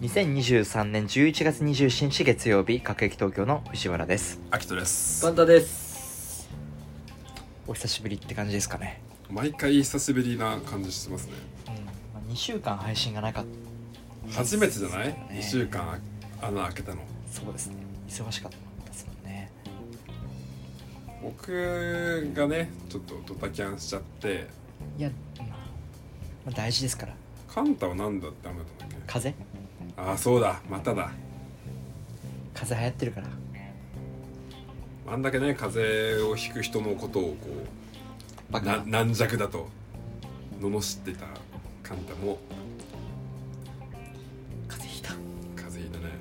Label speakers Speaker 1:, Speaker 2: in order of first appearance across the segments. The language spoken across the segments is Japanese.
Speaker 1: 2023年11月27日月曜日、各駅東京の藤原です。
Speaker 2: アキトです
Speaker 3: パンタです
Speaker 1: お久しぶりって感じですかね。
Speaker 2: 毎回久しぶりな感じしてますね
Speaker 1: うん。まあ、2週間配信がなかった。
Speaker 2: 初めてじゃな
Speaker 1: そうだ
Speaker 2: い、
Speaker 1: ね
Speaker 2: 2週間穴開けたの
Speaker 1: そうですね。忙しかったですもんね。
Speaker 2: 僕がねちょっとドタキャンしちゃって
Speaker 1: いや、まあ、まあ大事ですから。
Speaker 2: カンタは何だってダメだったんだっけ
Speaker 1: 風邪
Speaker 2: ああそうだまただ
Speaker 1: 風邪流行ってるから。
Speaker 2: あんだけね風邪をひく人のことをこ
Speaker 1: バ
Speaker 2: う
Speaker 1: カ
Speaker 2: な
Speaker 1: な。
Speaker 2: 軟弱だと罵ってたカンタも
Speaker 3: 風邪ひいた
Speaker 2: 風邪ひいたね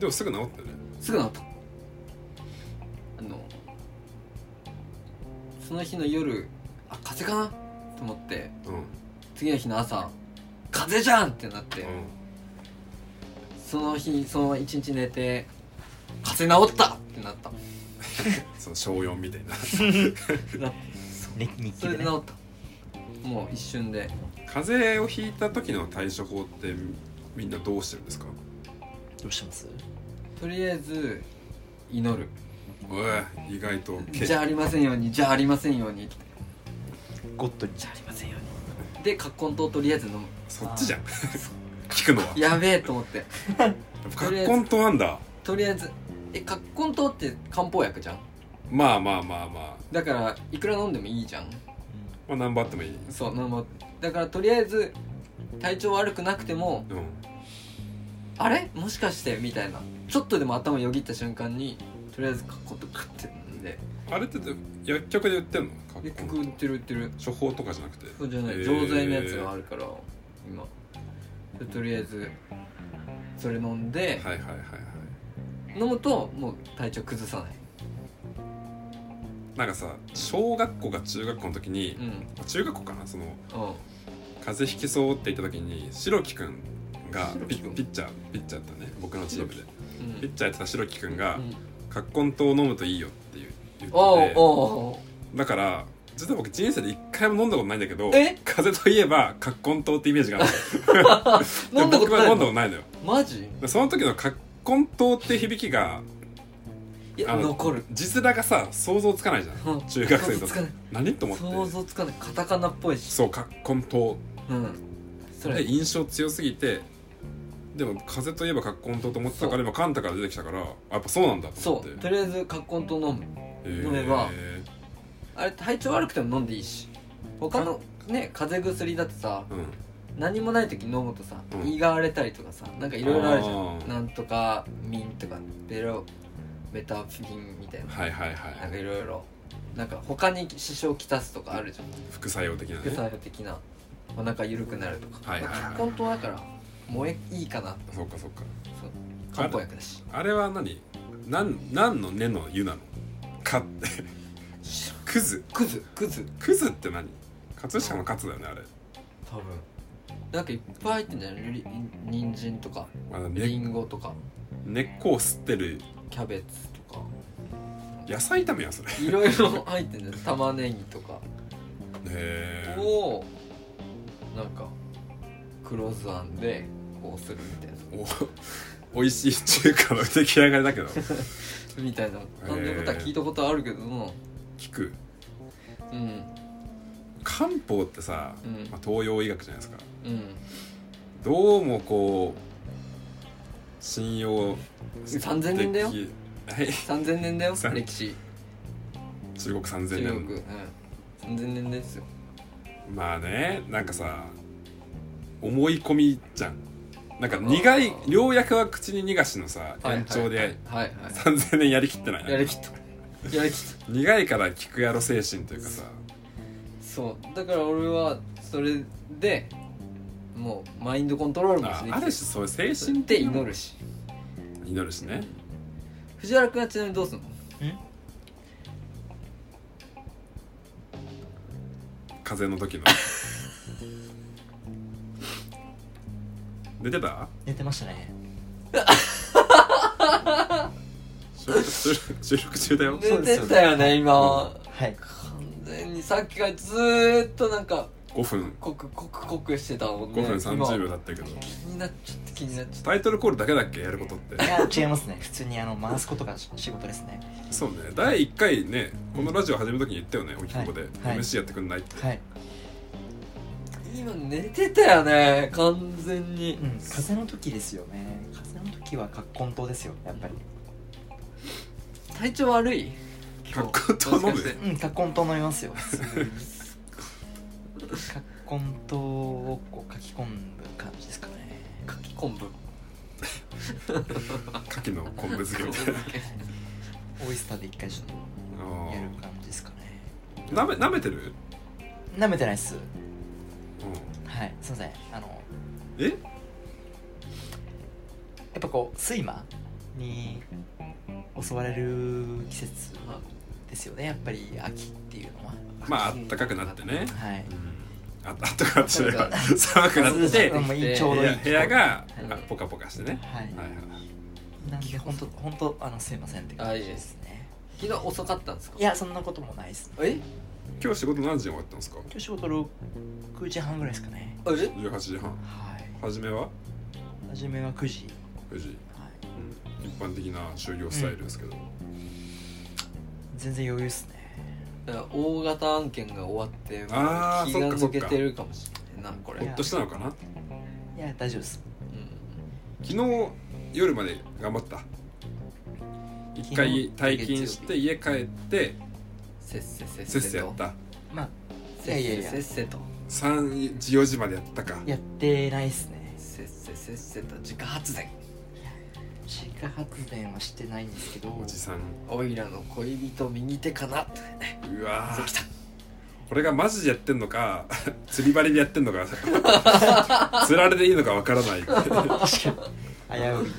Speaker 2: でもすぐ治ったよね
Speaker 3: すぐ治ったあのその日の夜あ風邪かなと思って
Speaker 2: うん
Speaker 3: 次の日の朝風邪じゃんってなって、その日その一日寝て風邪治ったってなった
Speaker 2: うんその小4みたいな
Speaker 1: ね日
Speaker 3: そ
Speaker 1: 記
Speaker 3: れ
Speaker 1: で
Speaker 3: で
Speaker 1: ね。
Speaker 3: 治ったもう一瞬で
Speaker 2: 風邪をひいた時の対処法ってみんなどうしてるんですか
Speaker 1: どうしてます
Speaker 3: とりあえず祈る
Speaker 2: おい意外とけ
Speaker 3: じゃあありませんようにじゃあありませんように
Speaker 1: ゴッドに。
Speaker 3: じゃあありませんようにで葛根湯とりあえず飲む
Speaker 2: そっちじゃん聞くのは
Speaker 3: やべえと思って
Speaker 2: カッコンとなんだ
Speaker 3: とりあえずえカッコン糖って漢方薬じゃん
Speaker 2: まあまあまあま
Speaker 3: だからいくら飲んでもいいじゃん
Speaker 2: あまあ何番あってもいい
Speaker 3: そう飲むだからとりあえず体調悪くなくても
Speaker 2: うん
Speaker 3: あれもしかしてみたいなちょっとでも頭よぎった瞬間にとりあえずカッコン糖カッて飲んで
Speaker 2: あれって薬局で売ってんのカ
Speaker 3: 結
Speaker 2: ッコ
Speaker 3: 局売っ
Speaker 2: ン
Speaker 3: てる売ってる
Speaker 2: 処方とかじゃなくて
Speaker 3: そうじゃない
Speaker 2: へー
Speaker 3: 錠剤のやつがあるから今でとりあえずそれ飲んで
Speaker 2: はいはいはいはい
Speaker 3: 飲むともう体調崩さない
Speaker 2: なんかさ小学校か中学校の時に
Speaker 3: うんうん
Speaker 2: 中学校かなその風邪ひきそうって言った時に白木くんが
Speaker 3: 白
Speaker 2: ピ
Speaker 3: 木くん
Speaker 2: ッピッチャーピッチャーだったね僕のチームで
Speaker 3: うん
Speaker 2: ピッチャーやってた白木くんが
Speaker 3: うん
Speaker 2: カッコン糖を飲むといいよっていう言って
Speaker 3: おう
Speaker 2: て
Speaker 3: おう
Speaker 2: だから実は僕人生で一回も飲んだことないんだけど
Speaker 3: え
Speaker 2: 風邪といえばカッコン糖ってイメージがある
Speaker 3: おう飲んだこと
Speaker 2: 僕は
Speaker 3: ない
Speaker 2: 飲んだこ
Speaker 3: の
Speaker 2: とないのよ
Speaker 3: マジ
Speaker 2: でその時のカッコン糖って響きが
Speaker 3: いや
Speaker 2: あの
Speaker 3: 残る
Speaker 2: 字面がさ想像つかないじゃ
Speaker 3: うんん
Speaker 2: 中学生
Speaker 3: 想像
Speaker 2: だ
Speaker 3: つ
Speaker 2: と
Speaker 3: かない
Speaker 2: 何と思って
Speaker 3: 想像つかないカタカナっぽいし
Speaker 2: そうカッコン糖
Speaker 3: うんそ
Speaker 2: で
Speaker 3: れ
Speaker 2: 印象強すぎてでも風邪といえばカッコン糖と思ってたか
Speaker 3: そ
Speaker 2: ら今カンタから出てきたからあやっぱそうなんだと思
Speaker 3: そ
Speaker 2: って
Speaker 3: うとりあえずカッコンと飲む
Speaker 2: へー
Speaker 3: 飲めばあれ体調悪くても飲んでいいし他のね風邪薬だってさ
Speaker 2: う
Speaker 3: 何もない時飲むとさ
Speaker 2: うん
Speaker 3: 胃が荒れたりとかさなんかいろいろあるじゃ
Speaker 2: あー
Speaker 3: んなんとかミンとかベロベタフィンみたい
Speaker 2: ん
Speaker 3: な
Speaker 2: はいはいは
Speaker 3: なんか
Speaker 2: い
Speaker 3: いろいろなんか他に支障をきたすとかあるじゃん
Speaker 2: 副作用的な
Speaker 3: 副
Speaker 2: ね
Speaker 3: 作用的なお腹緩くなるとか
Speaker 2: はいはいはい
Speaker 3: カッコンとだから燃えいいかな
Speaker 2: そうかそうか
Speaker 3: そう漢方薬だし
Speaker 2: あれは何なん何の根の湯なのかってクズ
Speaker 3: クズクズ
Speaker 2: クズって何葛飾のカツだよねあれ
Speaker 3: 多分なんかいっぱい入ってんじゃないり人参とか
Speaker 2: あの
Speaker 3: り
Speaker 2: 根
Speaker 3: んごとか
Speaker 2: 根っこを吸ってる
Speaker 3: キャベツとか
Speaker 2: 野菜炒めやんそれへ
Speaker 3: いろいろ入ってんじ ゃない玉ねぎとか
Speaker 2: え
Speaker 3: をなんか黒酢あんでこうするみたいな
Speaker 2: お美 味しい中華の出来上がりだけど
Speaker 3: みたいな
Speaker 2: ー
Speaker 3: なんてことは聞いたことあるけども
Speaker 2: 聞く
Speaker 3: うん
Speaker 2: 漢方ってさ、
Speaker 3: うん
Speaker 2: まあ、東洋医学じゃないですか
Speaker 3: うん
Speaker 2: どうもこう信用
Speaker 3: 3000年だよ
Speaker 2: できはい
Speaker 3: 3000年だよ
Speaker 2: さ
Speaker 3: 歴史
Speaker 2: 中国3000
Speaker 3: 中
Speaker 2: 年
Speaker 3: 国うん3000年ですよ
Speaker 2: まあねなんかさ思い込みじゃんなんか苦い
Speaker 3: あー
Speaker 2: 良薬は口に逃がしのさ
Speaker 3: はい
Speaker 2: 延長で
Speaker 3: はい
Speaker 2: 3000年やりきってない、
Speaker 3: はいやりきったやりきった
Speaker 2: 苦いから聞くやろ精神というかさ
Speaker 3: そうだから俺はそれでもうマインドコントロールもし
Speaker 2: あ
Speaker 3: て
Speaker 2: ある種
Speaker 3: き
Speaker 2: そういう精
Speaker 3: て死
Speaker 2: 神
Speaker 3: んで祈るし
Speaker 2: 祈るしね
Speaker 3: 藤原君はちなみにどうすんの
Speaker 2: 風邪の時の寝てた
Speaker 1: 寝てましたね。
Speaker 2: 収録収録収録中だよ
Speaker 1: そうで
Speaker 3: 寝
Speaker 1: すよね
Speaker 3: てたよね今
Speaker 1: はい。
Speaker 3: 完全にさっきからずーっとなんか
Speaker 2: 5分
Speaker 3: コクコクコクしてたもんね
Speaker 2: 5分30秒
Speaker 3: 今
Speaker 2: だったけど
Speaker 3: 気になっちゃって気になっちゃって
Speaker 2: タイトルコールだけだっけやることって
Speaker 1: いや違いますね普通にあの回すことが仕事ですね
Speaker 2: そうね第1回ねこのラジオ始める時に言ったよねおきここで、
Speaker 1: はい
Speaker 2: MC やってくんないって、
Speaker 1: はい、
Speaker 3: 今寝てたよね完全に
Speaker 1: うん、風の時ですよね風の時は葛根糖ですよやっぱり
Speaker 3: 体調悪い今日
Speaker 2: 葛根糖飲む
Speaker 3: もしかして
Speaker 1: うん葛根糖飲みますよ葛根糖をこう書き込む感じですかね
Speaker 3: かき昆布
Speaker 2: 牡蠣の昆布漬けみ たいな
Speaker 1: オイスターで一回ちょっとやる感じですかね
Speaker 2: なめ舐めてる、
Speaker 1: 舐めてないっす
Speaker 2: う
Speaker 1: はいすいませんあの
Speaker 2: ん、え
Speaker 1: やっぱこう睡魔に襲われる季節
Speaker 3: ま
Speaker 1: ですよねやっぱり秋っていうのは
Speaker 2: まああったかくなってね、
Speaker 1: はい
Speaker 2: うん、あ あったかくなってないわ 寒くなっ
Speaker 3: で
Speaker 2: て
Speaker 1: もういい
Speaker 3: で
Speaker 1: ちょう
Speaker 2: 部
Speaker 1: どいい
Speaker 2: 屋部屋が
Speaker 3: い
Speaker 2: あポカポカしてね、
Speaker 1: はい
Speaker 2: はいはい、
Speaker 1: なんで本当本当あのすいませんって感じですね
Speaker 3: 昨日遅かったんですか
Speaker 1: いやそんなこともないですね
Speaker 3: え
Speaker 2: 今日仕事何時に終わったんですか
Speaker 1: 今日仕事6時半ぐらいですかね
Speaker 3: あれ
Speaker 2: 18時半
Speaker 1: はい
Speaker 2: 初めは
Speaker 1: 初めは9時、
Speaker 2: 9時、
Speaker 1: はい、
Speaker 2: うん、一般的な就業スタイルですけど、
Speaker 1: 全然余裕っすね
Speaker 3: 大型案件が終わってもう気
Speaker 2: あー
Speaker 3: が
Speaker 2: そ
Speaker 3: 抜
Speaker 2: っかそっ
Speaker 3: け
Speaker 2: か
Speaker 3: てるかもしれないなこれ、
Speaker 1: い
Speaker 2: ほっとしたのかない
Speaker 1: や大丈夫です
Speaker 3: うん
Speaker 2: 昨日夜まで頑張った一回退勤して家帰って
Speaker 3: せっせせっ
Speaker 2: せ
Speaker 3: せ
Speaker 2: っせやっ
Speaker 3: と
Speaker 2: た
Speaker 1: まあ
Speaker 3: せっせせっせと
Speaker 2: 34時までやったか
Speaker 1: やってないっすね
Speaker 3: せっせせっせと自家発電
Speaker 1: 自家発電はしてないんですけど
Speaker 2: おじさん
Speaker 3: おいらの恋人右手かな
Speaker 2: うわ
Speaker 3: そう
Speaker 2: ー
Speaker 3: きた
Speaker 2: これがマジでやってんのか 釣り針でやってんのか釣られでいいのかわからない
Speaker 1: 危うい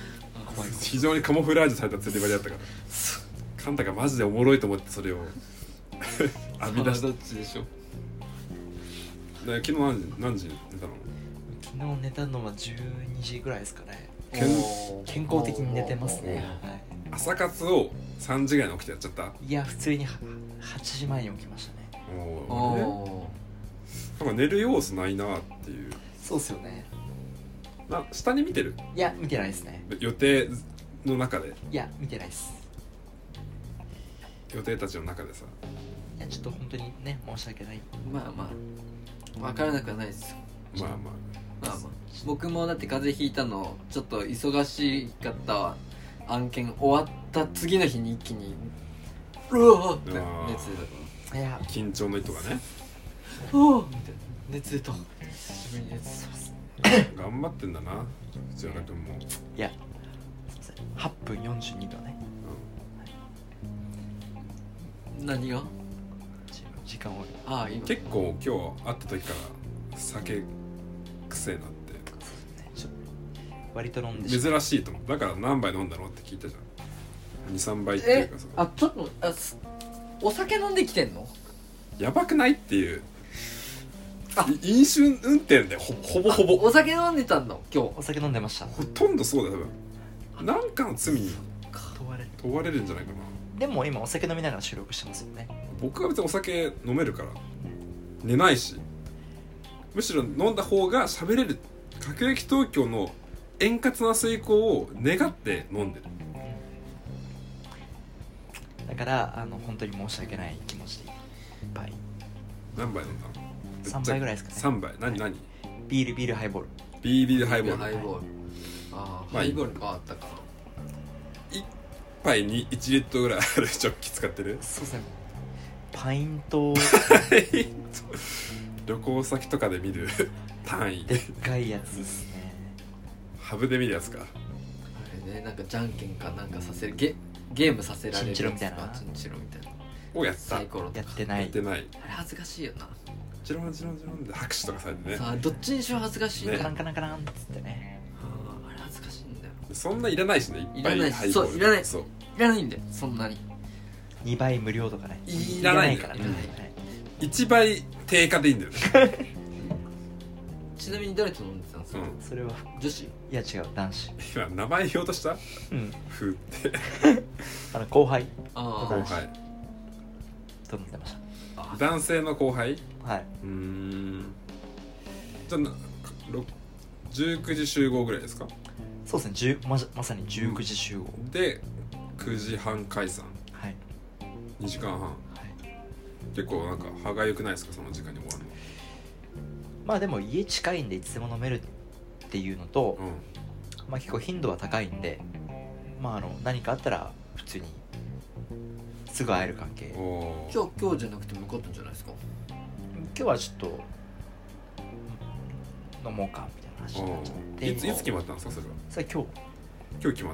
Speaker 1: 怖い
Speaker 2: 非常にカモフラージュされた釣り針だったからカンタがマジでおもろいと思ってそれを浴 び出した
Speaker 3: どっちでしょう
Speaker 2: で昨日何時何時寝たの
Speaker 1: 昨日寝たのは12時ぐらいですかね
Speaker 2: 健
Speaker 1: 健康的に寝てますね、
Speaker 2: お
Speaker 1: は
Speaker 2: 朝活を3時ぐらいに起きてやっちゃった
Speaker 1: い、いや普通には8時前に起きましたね
Speaker 3: おー
Speaker 2: もうね
Speaker 3: お
Speaker 2: なんか寝る要素ないなっていう
Speaker 1: そうっすよね
Speaker 2: な下に見てる
Speaker 1: いや見てないですね
Speaker 2: 予定の中で
Speaker 1: いや見てないです
Speaker 2: 予定たちの中でさ
Speaker 1: いやちょっと本当にね申し訳ない
Speaker 3: ーまあまあ分からなくはないですよ
Speaker 2: まあま
Speaker 3: まあまあ僕もだって風邪ひいたのちょっと忙しかった案件終わった次の日に一気にうわーって熱出たから
Speaker 1: いや
Speaker 2: あ緊張の糸がね
Speaker 3: おみたいな熱出た久しぶりに熱出た
Speaker 2: 頑張ってんだな藤原君も、
Speaker 1: いやすいません8分42秒ね
Speaker 2: う
Speaker 3: 何が
Speaker 1: 自分時間を
Speaker 3: ああ
Speaker 2: ん、
Speaker 3: 今
Speaker 2: 結構今日会った時から酒くせえなって
Speaker 1: ねちょっと割と飲んでしま
Speaker 2: 珍しいと思うだから何杯飲んだのって聞いたじゃん23杯っていう
Speaker 3: え
Speaker 2: かさ
Speaker 3: あちょっとあすお酒飲んできてんの
Speaker 2: やばくないっていう
Speaker 3: あ
Speaker 2: い飲酒運転でほほぼほぼ
Speaker 3: お酒飲んでたんだ今日
Speaker 1: うお酒飲んでました
Speaker 2: ほとんどそうだよ多分なんかの罪に
Speaker 1: 問われる
Speaker 2: 問われるんじゃないかな
Speaker 1: でも今お酒飲みながら収録してますよね
Speaker 2: 僕は別にお酒飲めるから寝ないしむしろ飲んだ方が喋れる各駅東京の円滑な成功を願って飲んでる
Speaker 1: だからあの本当に申し訳ない気持ちでいっぱい
Speaker 2: 何杯飲んだの
Speaker 1: 3杯ぐらいですかね
Speaker 2: 3杯何何
Speaker 1: ビールビールハイボール
Speaker 2: BB ハイボール
Speaker 3: ハイボールああ
Speaker 2: まあ
Speaker 3: ハ
Speaker 2: いい
Speaker 3: イボールかあったか
Speaker 2: 1杯に1リットルぐらいあるジョッキ使ってる
Speaker 1: そうですねパイント
Speaker 2: 旅行先とかで見る単位
Speaker 1: でっかいやつですね
Speaker 2: ハブで見るやつか
Speaker 3: あれねなんかじゃんけんかなんかさせるゲゲームさせられるやつ
Speaker 1: チンチロみたいな
Speaker 3: あチンチロみたいな
Speaker 2: をやった
Speaker 3: サ
Speaker 2: や
Speaker 3: イコロと
Speaker 1: やっ
Speaker 3: か
Speaker 1: てな
Speaker 2: っ
Speaker 1: い
Speaker 2: てない
Speaker 3: あれ恥ずかしいよな
Speaker 2: ジロンジロンジロンで拍手とかされてね
Speaker 3: さあどっちにしろ恥ずかしいんだ
Speaker 1: カ
Speaker 3: よ
Speaker 1: ラ
Speaker 3: あ
Speaker 1: ンカランカランっつってね
Speaker 3: ああれ恥ずかしいんだよ
Speaker 2: そんないらないしねいっぱ
Speaker 3: いらない
Speaker 2: い
Speaker 3: し
Speaker 2: ハイボール
Speaker 3: そういらない
Speaker 2: そう
Speaker 3: いらないんだよそんなに
Speaker 1: 2倍無料とかね
Speaker 2: いらないんだ
Speaker 1: から
Speaker 2: よ
Speaker 1: ね
Speaker 3: いら
Speaker 2: 1倍低下でいいんだよね、
Speaker 3: ちなみに誰と飲んでたんです
Speaker 2: う
Speaker 3: か、
Speaker 2: ん、
Speaker 1: それは
Speaker 3: 女子
Speaker 1: いや違う男子
Speaker 2: 今名前言おうとした
Speaker 1: うん
Speaker 2: ふって
Speaker 1: あの後輩
Speaker 3: あ
Speaker 1: 男
Speaker 2: 後
Speaker 3: あ
Speaker 1: 子
Speaker 2: 輩
Speaker 1: と飲んでまし
Speaker 3: あ
Speaker 2: 男性の後輩
Speaker 1: たはいう
Speaker 2: ーんじゃあなろ19時集合ぐらいですか
Speaker 1: そうですね10まじまさに19時集合、
Speaker 2: で9時半解散
Speaker 1: はい、
Speaker 2: 2時間半
Speaker 1: はい、
Speaker 2: 結構なんか歯がゆくないですかその時間に終わる
Speaker 1: まあでも家近いんでいつでも飲めるっていうのと、
Speaker 2: のうん
Speaker 1: まあ結構頻度は高いんでまああの何かあったら普通にすぐ会える関係今
Speaker 2: おー
Speaker 3: 今日今日じゃなくてもよかったんじゃないですか
Speaker 1: 日はちょっと飲もうかみたいな話になっちゃっ
Speaker 2: お
Speaker 1: て
Speaker 2: ーいついつ決まったんですかそれは
Speaker 1: それ今日
Speaker 2: 今日決まっ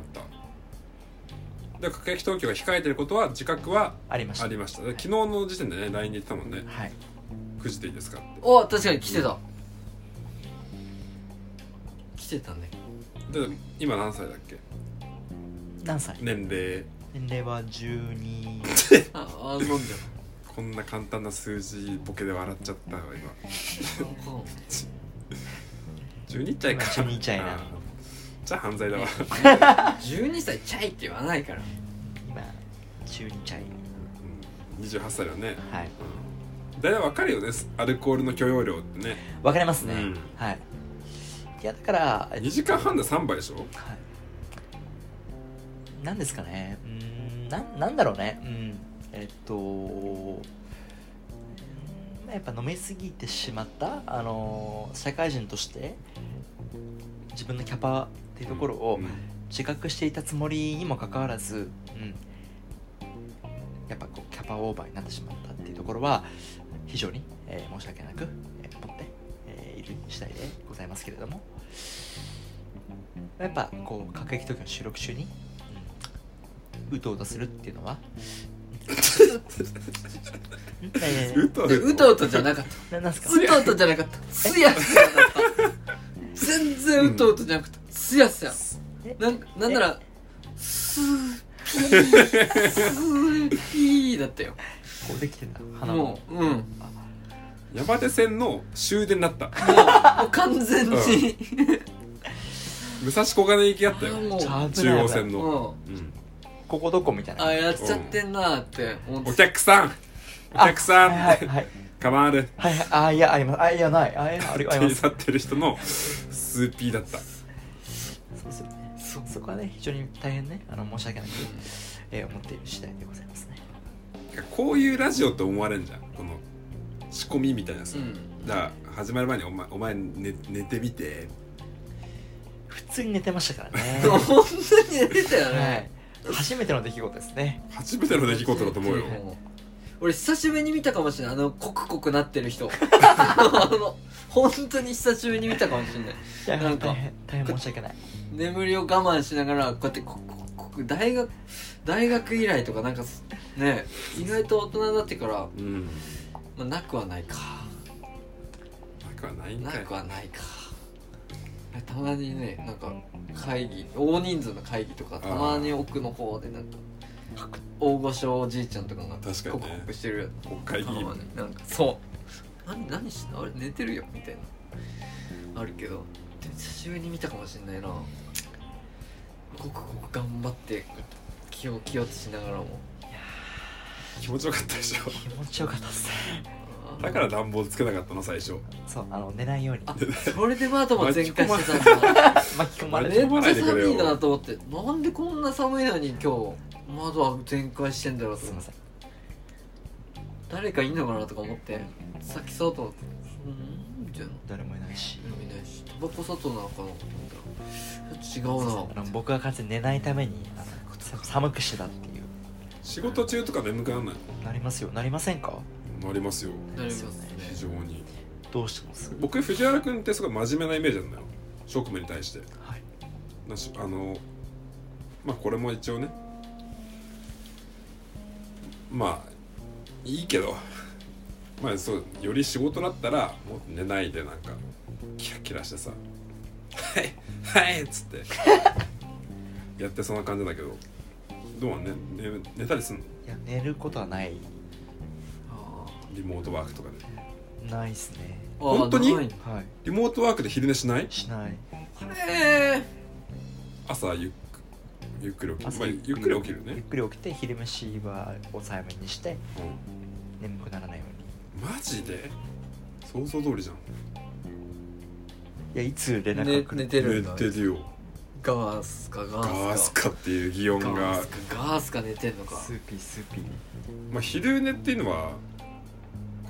Speaker 2: たで各駅東京が控えてることは自覚は
Speaker 1: ありました
Speaker 2: ありましたで昨日の時点でね LINE で言ってたもんね
Speaker 1: はい
Speaker 2: 9時でいいですかって
Speaker 3: お確かに来てた来てたね
Speaker 2: で今何歳だっけ
Speaker 1: 何歳
Speaker 2: 年齢
Speaker 1: 年齢は12
Speaker 3: ああ飲んじゃ
Speaker 2: こんな簡単な数字ボケで笑っちゃったわ今
Speaker 3: う
Speaker 2: 12歳か
Speaker 1: 12歳な
Speaker 2: あーじゃあ犯罪だわ
Speaker 3: 12歳チャイって言わないから
Speaker 1: 今中2歳
Speaker 2: うん28歳だね
Speaker 1: はい
Speaker 2: うん大体わかるよねアルコールの許容量ってね
Speaker 1: 分かりますね、
Speaker 2: うん
Speaker 1: はいいやだからえっと
Speaker 2: 2時間半で3杯でしょ
Speaker 1: はい何ですかねうーんななんだろうねうんえっとうーんやっぱ飲みすぎてしまったあの社会人として自分のキャパっていうところを
Speaker 2: うん
Speaker 1: 自覚していたつもりにもかかわらず、うん、やっぱこうキャパオーバーになってしまったっていうところは非常に、えー申し訳なく、えー思って、えーいる次第でございますけれどもやっぱこう各駅時の収録中に、うん、うとうとするっていうのは、うんえー
Speaker 2: うと
Speaker 3: でうとうとじゃなかった
Speaker 1: ななんすか
Speaker 3: うとうとじゃなかったすやすやだった全然うとうとじゃなくてすやすや
Speaker 1: え
Speaker 3: なんなんならスーピースーピーだったよ
Speaker 1: こうできてた鼻も
Speaker 3: もううんもうも
Speaker 2: 山手線の終電になった
Speaker 3: う完全に
Speaker 2: 武蔵小金井行きあったよ
Speaker 3: あもう
Speaker 1: ちゃんと
Speaker 2: 中央線の、
Speaker 3: も
Speaker 2: うん
Speaker 1: ここどこみたいうな
Speaker 3: あやっちゃってんなーって思って
Speaker 2: お客さんお客さん、
Speaker 1: はいはいはい
Speaker 2: カバンある
Speaker 1: はいはいあいやありますあいやないあいやありあ
Speaker 2: 手
Speaker 1: り
Speaker 2: に
Speaker 1: ます
Speaker 2: 立ってる人のスーピーだった
Speaker 1: そうですよね
Speaker 3: そう
Speaker 1: そこはね非常に大変ねあの申し訳なく、えー思っている次第でございますね
Speaker 2: こういうラジオって思われんじゃんこの仕込みみたいなさ、
Speaker 3: うん
Speaker 2: だから始まる前にお前お前寝寝てみて
Speaker 1: 普通に寝てましたから
Speaker 3: 本
Speaker 1: ね
Speaker 3: 当に寝てたよね、
Speaker 1: はい初めての出来事ですね
Speaker 2: 初めての出来事だと思うよ
Speaker 3: 俺久しぶりに見たかもしれないあのコクコクなって る人あの本当に久しぶりに見たかもしれない
Speaker 1: いや
Speaker 3: なんか
Speaker 1: 大変大変申し訳ない
Speaker 3: 眠りを我慢しながらこうやってコクコクコク大学大学以来とかなんかね意外と大人になってから、ま
Speaker 2: うん
Speaker 3: あ、なくはないか
Speaker 2: なくはないん
Speaker 3: な
Speaker 2: かい
Speaker 3: くはないかたまにねなんか会議大人数の会議とかたまに奥の方でなんか大御所おじいちゃんとかが
Speaker 2: 確かにね
Speaker 3: コクコクしてるやつ
Speaker 2: 国会議
Speaker 3: た
Speaker 2: 員
Speaker 3: まになんかそう何何してんのあれ寝てるよみたいなあるけど久しぶりに見たかもしれないなごくごく頑張って気を気をつしながらも
Speaker 2: 気持ちよかったでしょ
Speaker 1: 気持ちよかったですね
Speaker 3: あー
Speaker 2: だから暖房つけなかったの最初
Speaker 1: そうあの寝ないように
Speaker 3: あそれでバートも全開してたんだ
Speaker 1: 巻き込ま
Speaker 2: あ
Speaker 1: れ
Speaker 3: め
Speaker 1: て
Speaker 2: れ
Speaker 3: っ
Speaker 2: 込ま
Speaker 3: ち
Speaker 2: な
Speaker 3: ゃ
Speaker 2: いでくれ
Speaker 3: 寒
Speaker 2: よ
Speaker 3: いなと思ってなんでこんな寒いのに今日窓は全開してんだろうと
Speaker 1: すい
Speaker 3: 思
Speaker 1: ま
Speaker 3: って
Speaker 1: せん
Speaker 3: 誰かいんのかなとか思ってさっきそうと思ってうんじゃあ
Speaker 1: 誰もいないし
Speaker 3: 飲みないしタバコ砂糖なのかなと思ったら違う
Speaker 1: あ
Speaker 3: な
Speaker 1: の僕がかつて寝ないためにあのさ寒くしてたってい
Speaker 2: 仕事中とか眠くならないう
Speaker 1: なりますよなりませんか
Speaker 2: なりますよ
Speaker 3: なりますね
Speaker 2: 非常に
Speaker 1: どうしてます
Speaker 2: 僕藤原君ってすごい真面目なイメージなんだよ職務に対して
Speaker 1: はい
Speaker 2: なしあのまあこれも一応ねまあいいけどまあそうより仕事だったらもう寝ないでなんかキラキラしてさ「はいはい」っつってやってそうな感じだけどどうはね寝寝たりすんの
Speaker 1: いや寝ることはない
Speaker 3: あ
Speaker 2: リモートワークとかで
Speaker 1: ないですね
Speaker 3: ー
Speaker 2: 本当に
Speaker 3: あーないの
Speaker 1: はい
Speaker 2: リモートワークで昼寝しない
Speaker 1: しない
Speaker 3: え
Speaker 2: 朝ゆっくゆっくり起きる、まあ、ゆっくり起きる
Speaker 1: ゆっ
Speaker 2: ね、
Speaker 1: くり起きて昼飯は抑えめにして
Speaker 2: う
Speaker 1: 眠くならないように
Speaker 2: ん、マジで想像通りじゃん
Speaker 1: いやいつ連絡が
Speaker 3: ね
Speaker 1: 来る
Speaker 3: 寝てるんだ
Speaker 2: 寝てるよ
Speaker 3: ガースかガ
Speaker 2: ガー
Speaker 3: ー
Speaker 2: ス
Speaker 3: スか
Speaker 2: カっていう擬音
Speaker 3: ガ
Speaker 2: が
Speaker 3: ースかガースか寝てんのか
Speaker 1: スーピースーピー
Speaker 2: まあ、昼寝っていうのは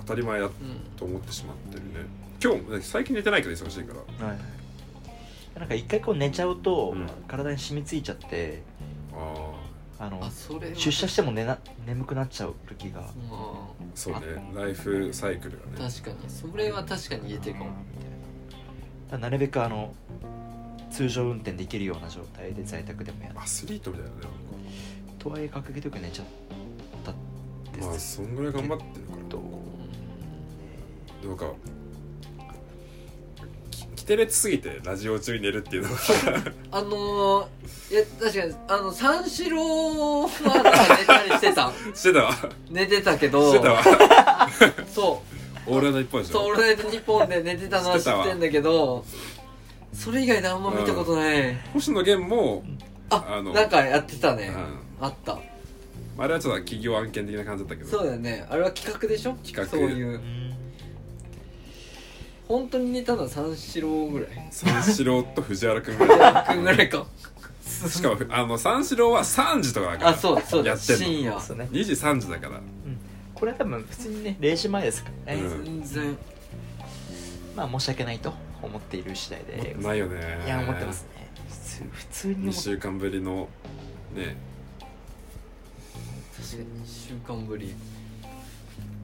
Speaker 2: 当たり前だ
Speaker 3: うん
Speaker 2: と思ってしまってるね今日も最近寝てないけど忙しいから
Speaker 1: はいなんか一回こう寝ちゃうと、
Speaker 2: うん
Speaker 1: 体に染みついちゃって
Speaker 2: あ
Speaker 1: あの
Speaker 3: あそれは
Speaker 1: 出社しても寝な眠くなっちゃう時が
Speaker 3: ま
Speaker 2: あそうねライフサイクル
Speaker 3: あ
Speaker 2: がね
Speaker 3: 確かにそれは確かに言えてるかも
Speaker 1: みたいなだからなるべくあの通常運転できるような状態で在宅でもやる
Speaker 2: アスリートみたいなね
Speaker 1: とはいえかけてよく寝ちゃったん
Speaker 2: まあ
Speaker 1: です
Speaker 2: そんぐらい頑張ってるか
Speaker 1: けど、
Speaker 2: らなんかきキテレツすぎてラジオ中に寝るっていうのは
Speaker 3: あのー、いや確かにあの三四郎はなんか寝たりし てた
Speaker 2: してたわ
Speaker 3: 寝てたけど
Speaker 2: してたわ
Speaker 3: そ
Speaker 2: オールナイト一本で
Speaker 3: う「
Speaker 2: し
Speaker 3: そうオー
Speaker 2: ょ
Speaker 3: ルナイトニッポン」で寝てたのは
Speaker 2: して
Speaker 3: 知
Speaker 2: たわ
Speaker 3: ってんだけどそれ以外であんま見たことない、
Speaker 2: 星野源も
Speaker 3: あ
Speaker 2: あの
Speaker 3: なんかやってたね、
Speaker 2: う
Speaker 3: あった
Speaker 2: あれはちょっと企業案件的な感じだったけど
Speaker 3: そうだよねあれは企画でしょ
Speaker 2: 企画
Speaker 3: そういううん本当に寝たのは三四郎ぐらい
Speaker 2: 三四郎と藤原くんぐ ら
Speaker 3: くんぐらいか
Speaker 2: いしかもあの三四郎は3時とかだから
Speaker 3: あそうそう
Speaker 2: や
Speaker 3: だ
Speaker 2: ってんの
Speaker 3: 深夜
Speaker 1: そうね
Speaker 2: 2時3時だから
Speaker 1: これは多分普通にね0時前ですからね、
Speaker 2: うん
Speaker 3: 全然
Speaker 1: まあ申し訳ないと思っている次第で
Speaker 2: 思ってないよね
Speaker 1: いや思ってますね普通普通に思
Speaker 2: 2
Speaker 1: って
Speaker 2: 週間ぶりのね
Speaker 3: 確かに1週間ぶり
Speaker 1: 2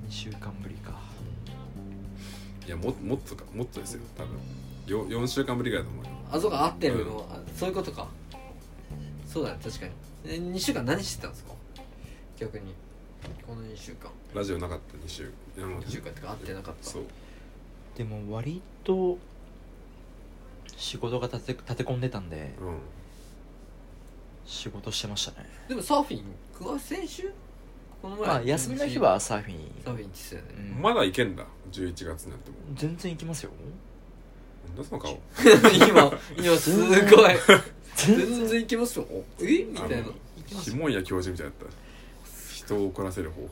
Speaker 1: 週間ぶりか
Speaker 2: いやももっとかもっとですよ多分よ4週間ぶりぐらいだと思うよ
Speaker 3: あそうか合ってるの、あそういうことかそうだね確かにえ2週間何してたんですか逆にこの2週間
Speaker 2: ラジオなかった2週いやもう
Speaker 3: 2週間ってか合ってなかった
Speaker 2: そう
Speaker 1: でも割と仕事が立て立て込んでたんで
Speaker 2: うん
Speaker 1: 仕事してましたね
Speaker 3: でもサーフィンくわ先週この前、
Speaker 1: まあ休みの日はサーフィン、
Speaker 3: サーフィンって言ってたよね
Speaker 1: うん
Speaker 2: まだいけんだ11月になっても
Speaker 1: 全然行きますよ
Speaker 2: なんだその顔
Speaker 3: 今今すごい
Speaker 1: 全然
Speaker 3: 全然いけますよえみたいな
Speaker 2: あのひもんや教授みたいだった人を怒らせる方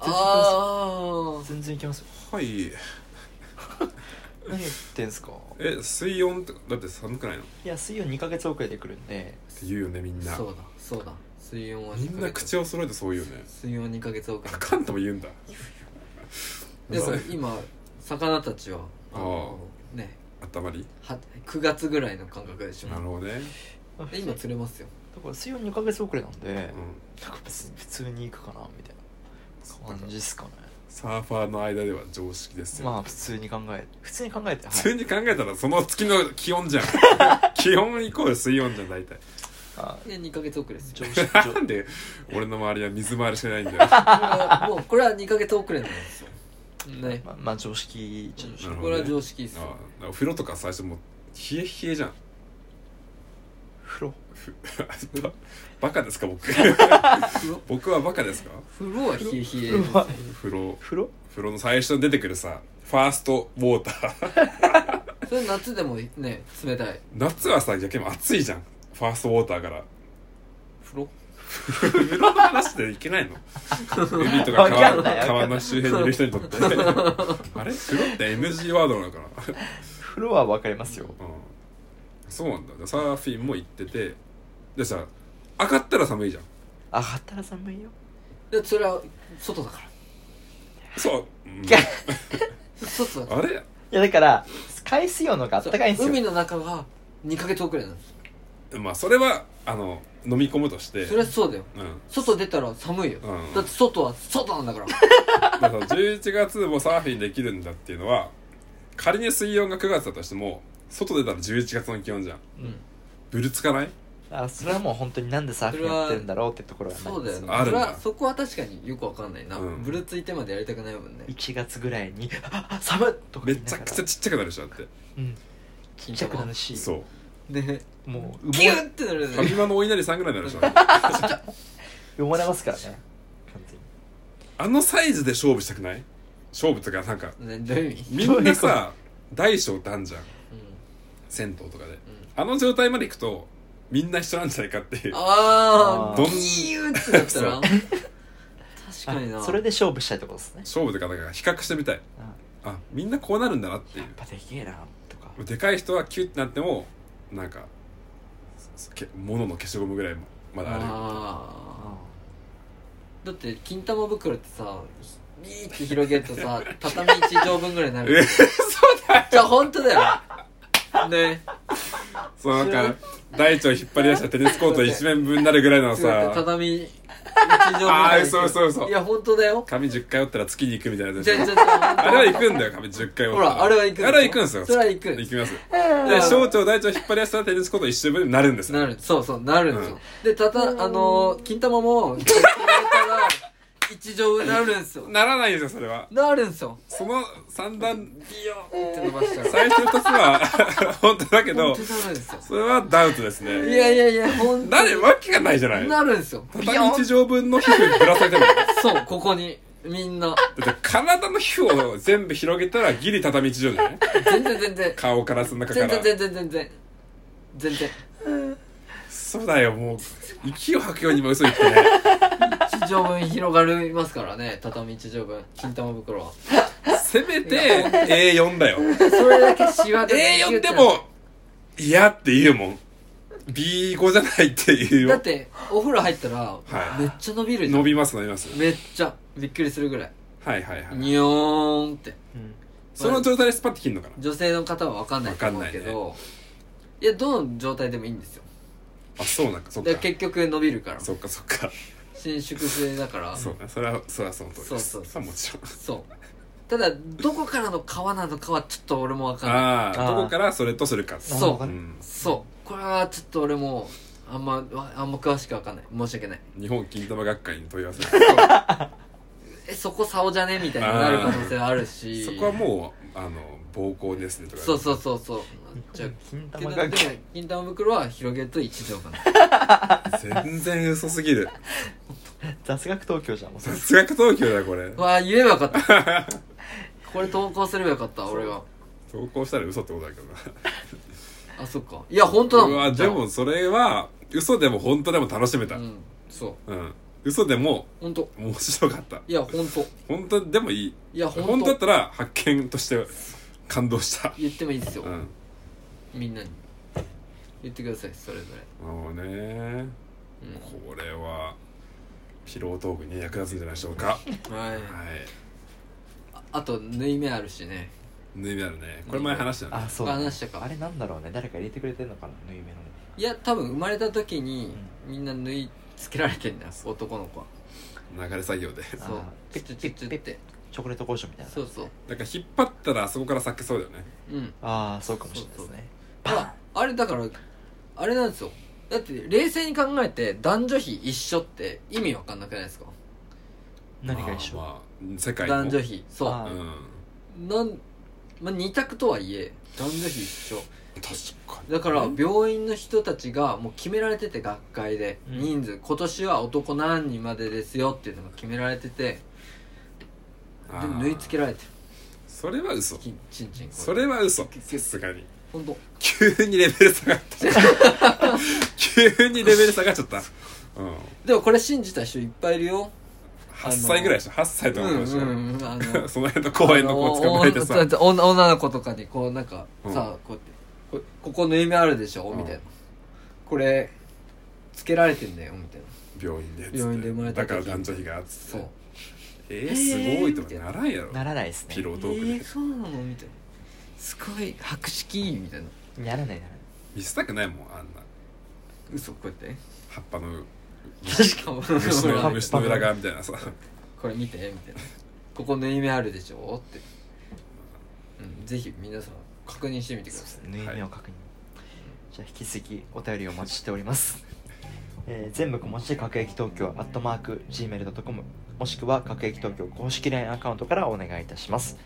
Speaker 3: ああ
Speaker 1: 全然行きますよ
Speaker 2: 法はい
Speaker 1: 何言ってんすか
Speaker 2: え水温とかだって寒くないのっ
Speaker 1: いや水曜2ヶ月遅れで来るんで
Speaker 2: て言うよねみんな
Speaker 3: そうだそうだ水温は
Speaker 2: み
Speaker 3: 二
Speaker 2: ん
Speaker 3: ヶ
Speaker 2: な
Speaker 3: 月
Speaker 2: 口を揃えてそう言うね
Speaker 3: 水温2ヶ月遅れ
Speaker 2: カンタも言うんだ
Speaker 3: でも
Speaker 2: そう
Speaker 3: 今魚たちは
Speaker 2: あー
Speaker 3: のね
Speaker 2: あったまり
Speaker 3: は9月ぐらいの感覚でしょ
Speaker 2: なるほどね
Speaker 3: で今釣れますよ
Speaker 1: だから水曜2ヶ月遅れなんで、
Speaker 2: うん
Speaker 1: なんか別に普通に行くかなみたいな感じっすかね
Speaker 2: サーファーの間では常識ですよ
Speaker 1: まあ普通に考え普通に考えて、はい
Speaker 2: 普通に考えたらその月の気温じ ゃん気温イコール水温じゃん大体
Speaker 1: あ
Speaker 3: で2ヶ月遅れです
Speaker 1: 常
Speaker 3: よ
Speaker 1: 識
Speaker 2: なんで俺の周りは水回りしてないんだよな
Speaker 3: もうもうこれは2ヶ月遅れなんですよね
Speaker 1: まあ、まあ常識常識
Speaker 2: るほどね
Speaker 3: これは常識ですよ
Speaker 2: あお風呂とか最初もう冷え冷えじゃん
Speaker 1: 風呂
Speaker 2: ふ バカですか 僕
Speaker 3: 風呂
Speaker 2: 僕はバカですか
Speaker 3: 風呂は冷え冷え
Speaker 1: 風呂は
Speaker 2: 風呂
Speaker 1: 風呂
Speaker 2: 風呂の最初に出てくるさファーストウォーター
Speaker 3: それ夏でもね冷たい
Speaker 2: 夏はさ逆に暑いじゃんファーストウォーターから
Speaker 3: 風呂
Speaker 2: 風呂の話でいけ ないのエビとか
Speaker 1: わかん
Speaker 2: 川
Speaker 1: ない
Speaker 2: 川の周辺にいる人にとって あれ風呂って NG ワードなのかな
Speaker 1: 風呂は分かりますよ
Speaker 2: うんそうなんだサーフィンも行っててでさ上がったら寒いじゃん
Speaker 1: 上がったら寒いよ
Speaker 3: でそれは外だから
Speaker 2: そう、うん
Speaker 1: や
Speaker 3: 外だから
Speaker 2: あれ
Speaker 1: いやだから海水温の方があっ
Speaker 3: そ
Speaker 1: たかいんです
Speaker 3: う海
Speaker 1: よ
Speaker 3: の中が2ヶ月遅れなんです
Speaker 2: まあそれはあの飲み込むとして
Speaker 3: それはそうだよ
Speaker 2: うん
Speaker 3: 外出たら寒いよ、
Speaker 2: うん
Speaker 3: だって外は外なんだから
Speaker 2: だからさ11月もサーフィンできるんだっていうのは仮に水温が9月だとしても外出たら11月の気温じゃん
Speaker 1: うん
Speaker 2: ぶるつかない
Speaker 1: あそれはもう本当になんでサーフィンやってるんだろうってところはない
Speaker 3: そうだよね
Speaker 2: ある
Speaker 3: そ
Speaker 2: ん
Speaker 3: れ
Speaker 2: だ
Speaker 3: はそこは確かによくわかんないな、
Speaker 2: うん
Speaker 3: ぶるついてまでやりたくないもんね
Speaker 1: 1月ぐらいに「ああ寒っ!」とか
Speaker 2: め
Speaker 1: 言いな
Speaker 2: ち
Speaker 1: が
Speaker 2: ゃ
Speaker 1: ら
Speaker 2: くちゃちっちゃくなるでしょだって
Speaker 1: うんちっちゃくなるし
Speaker 2: そう
Speaker 3: ね
Speaker 1: もう
Speaker 3: ギュ
Speaker 1: 埋
Speaker 3: ーってなる
Speaker 2: フ
Speaker 3: よ
Speaker 2: ァミ
Speaker 3: ね
Speaker 2: マのお稲荷さんぐらいになるでしょ
Speaker 1: も埋もれますからね完全に
Speaker 2: あのサイズで勝負したくない勝負とかなんか
Speaker 3: ねどういう意味、
Speaker 2: みんなさ大小ってあんじゃん
Speaker 3: うん
Speaker 2: 銭湯とかで
Speaker 3: うん
Speaker 2: あの状態まで行くとみんな一緒なんじゃないかっていう
Speaker 1: あ
Speaker 3: ああ
Speaker 1: ー
Speaker 3: ギューってなったら確かにな
Speaker 1: あそれで勝負したいところですね
Speaker 2: 勝負とかなんか比較してみたい
Speaker 1: あ
Speaker 2: あみんなこうなるんだなっていう
Speaker 1: やっぱでけえなとか
Speaker 2: でかい人はキュッてなってもなんかすけ物の消しゴムぐらいまだある
Speaker 3: あーだって金玉袋ってさビーって広げるとさ畳1畳分ぐらいになる
Speaker 2: えそうだよ
Speaker 3: じゃあ本当だよね
Speaker 2: そうなんか大地を引っ張り出したテニスコート一面分になるぐらいのさ
Speaker 3: 畳1畳分
Speaker 2: あーそうそうそう
Speaker 3: いや本当だよ
Speaker 2: 髪10回折ったら月に行くみたいなやつ
Speaker 3: じ
Speaker 2: で
Speaker 3: ゃ
Speaker 2: し
Speaker 3: あじ
Speaker 2: ょ
Speaker 3: ゃあ
Speaker 2: あれは行くんだよ髪10回折った
Speaker 3: ほらあれは行く
Speaker 2: あれは行くんですよ
Speaker 3: それは行く
Speaker 2: 行きます
Speaker 3: う
Speaker 2: で
Speaker 3: ん
Speaker 2: 小腸大腸引っ張り出したらテニスコート一周分になるんですよ
Speaker 3: なるそうそうなるんですよ、でたたあのー金玉も入れたら一畳になるんですよ
Speaker 2: ならないんですよそれは
Speaker 3: なるんですよ
Speaker 2: その三段
Speaker 3: ビヨーンって伸ばしたら
Speaker 2: 最初の2つは 本当だけど
Speaker 3: 本当になるんですよ
Speaker 2: それはダウトです
Speaker 3: い
Speaker 2: ね
Speaker 3: やいやいや本当
Speaker 2: 誰
Speaker 3: に
Speaker 2: わけがないじゃない
Speaker 3: なるんですよビヨ
Speaker 2: 畳
Speaker 3: ー
Speaker 2: 一
Speaker 3: ン
Speaker 2: 畳分の皮膚にぶら下げてるだ
Speaker 3: そうここにみんな
Speaker 2: って体の皮膚を全部広げたらギリ畳一畳じゃない
Speaker 3: 全然全然
Speaker 2: 顔からその中か
Speaker 3: 全
Speaker 2: ら
Speaker 3: 然全然全然全然
Speaker 2: そうだよもう息を吐くように今嘘言ってね
Speaker 3: 一畳分広がりますからね畳一畳分金玉袋は
Speaker 2: せめて A4 だよ
Speaker 3: それだけシワ
Speaker 2: A4 でも嫌って言うもん B5 じゃないって言う
Speaker 3: だっ
Speaker 2: よ
Speaker 3: てお風呂入ったら
Speaker 2: い
Speaker 3: めっちゃ伸びるじゃん
Speaker 2: 伸びます伸びます
Speaker 3: めっちゃびっくりするぐらい
Speaker 2: はいはいはい
Speaker 3: にょーんって
Speaker 1: うん
Speaker 2: その状態でスパッて切るのかな
Speaker 3: 女性の方は分かんないと思うけ
Speaker 2: 分かん
Speaker 3: どいやどの状態でもいいんですよ
Speaker 2: あそうなんかそっか
Speaker 3: で結局伸びるから
Speaker 2: そっかそっか
Speaker 3: 伸縮性だから
Speaker 2: そうねそれはそれはその通りです
Speaker 3: そうそう
Speaker 2: まあもちろん
Speaker 3: そうただどこからの皮なのかはちょっと俺も分かんない
Speaker 2: ああ
Speaker 1: あー
Speaker 2: どこからそれとするか
Speaker 3: そううんそうこれはちょっと俺もあんまわあんま詳しく分かんない申し訳ない
Speaker 2: 日本金玉学会に問い合わせる
Speaker 3: えそこ竿じゃねみたいになる可能性あるし
Speaker 2: そこはもうあの暴行ですねとか
Speaker 3: そうそうそうそうじゃあ
Speaker 1: 金
Speaker 3: け
Speaker 1: 玉
Speaker 3: どで
Speaker 1: が
Speaker 3: も金玉袋は広げると一畳分
Speaker 2: 全然嘘すぎる
Speaker 1: 雑学東京じゃんもうそれ
Speaker 2: 雑学東京だよこれ
Speaker 3: う わあ言えばよかった これ投稿すればよかった俺は
Speaker 2: 投稿したら嘘ってことだけどな
Speaker 3: あそっかいや本当だ
Speaker 2: う
Speaker 3: もん
Speaker 2: わでもそれは嘘でも本当でも楽しめ
Speaker 3: う
Speaker 2: たうん、
Speaker 3: んそう
Speaker 2: 嘘でも
Speaker 3: 本当
Speaker 2: 面白かった
Speaker 3: いや本当
Speaker 2: 本当でもいい
Speaker 3: いや本当
Speaker 2: 本当だったら発見として感動した
Speaker 3: 言ってもいいですよ、
Speaker 2: うん
Speaker 3: みんなに言ってくださいそれぞれ
Speaker 2: もうね
Speaker 3: うん
Speaker 2: これはピロートークに役立つんじゃないでしょうか
Speaker 3: はい
Speaker 2: はい
Speaker 3: ああと縫い目あるしね
Speaker 2: 縫い目あるねこれ前話したよね
Speaker 1: あそうだね
Speaker 3: 話したか
Speaker 1: あれなんだろうね誰か入れてくれてんのかな縫い目のね
Speaker 3: いや多分生まれた時にみんな縫い付けられてんだよ男の子は
Speaker 2: 流れ作業で
Speaker 3: そう
Speaker 1: あー
Speaker 3: チュチュチュチュって
Speaker 1: チョコレート工場みたいな
Speaker 3: そうそう
Speaker 2: なんか引っ張ったらあそこから裂けそうだよね
Speaker 3: うん
Speaker 1: ああそうかもしれないですね
Speaker 3: ああれだからあれなんですよだって冷静に考えて男女比一緒って意味わかんなくないですか
Speaker 1: 何が一緒
Speaker 2: まあまあ世界の
Speaker 3: 男女比そう
Speaker 1: あ
Speaker 2: うん
Speaker 3: なん、まあ、二択とはいえ男女比一緒
Speaker 2: 確かに
Speaker 3: だから
Speaker 2: うん
Speaker 3: 病院の人たちがもう決められてて学会で
Speaker 1: うん
Speaker 3: 人数、今年は男何人までですよっていうのが決められてて
Speaker 2: あ
Speaker 3: で
Speaker 2: ー
Speaker 3: も縫い付けられて
Speaker 2: それは嘘
Speaker 3: るきちんちんこれ
Speaker 2: それは嘘さすがに
Speaker 3: ほんと
Speaker 2: 急にレベル下がった 急にレベル下がっちゃった、うん、
Speaker 3: でもこれ信じた人いっぱいいるよ
Speaker 2: 8歳ぐらいでしょ8歳
Speaker 3: う
Speaker 2: と
Speaker 3: ん
Speaker 2: か
Speaker 3: う
Speaker 2: 思うんでしょ、
Speaker 3: うんあ の
Speaker 2: その辺の公園の子を捕まえてさ、
Speaker 3: あのおお女女の子とかにこうなんか
Speaker 2: うん
Speaker 3: さ、こうやってこ「ここ縫い目あるでしょ」みたいな、これつけられてんだよ」みたいな
Speaker 2: 病院でっつって
Speaker 3: 病院で生まれた
Speaker 2: だ
Speaker 3: 時
Speaker 2: から男女比がっつっ
Speaker 3: そ
Speaker 2: て
Speaker 3: う
Speaker 2: えー、すごいとかならんやろ
Speaker 1: ならないですね
Speaker 2: ピロート
Speaker 3: え
Speaker 2: ークで、
Speaker 3: ー、そうなのみたいなすごい博識みたいな
Speaker 1: ならないならない
Speaker 2: 見せたくないもんあんな
Speaker 3: 嘘こうやって
Speaker 2: 葉っぱの
Speaker 3: 確かも
Speaker 2: 虫の
Speaker 1: に
Speaker 2: 虫の裏側みたいなさ
Speaker 3: これ見てみたいなここ縫い目あるでしょって、うん、ぜひ皆さん確認してみてくだ
Speaker 1: そうで
Speaker 3: さ
Speaker 1: すね縫い目を確認、じゃあ引き続きお便りをお待ちしており ます、えー全部小文字で各駅東京アットマーク Gmail.com もしくは各駅東京公式 LINE アカウントからお願いいたします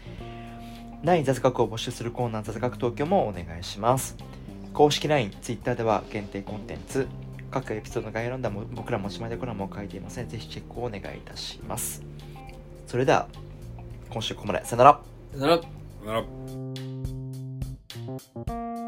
Speaker 1: 第2雑学を募集するコーナー雑学東京もお願いします公式 LINE、Twitter では限定コンテンツ各エピソードの概要欄でも僕ら持ち前でコラムを書いていますのでぜひチェックをお願いいたしますそれでは今週ここまでさよなら
Speaker 3: いなら
Speaker 2: なら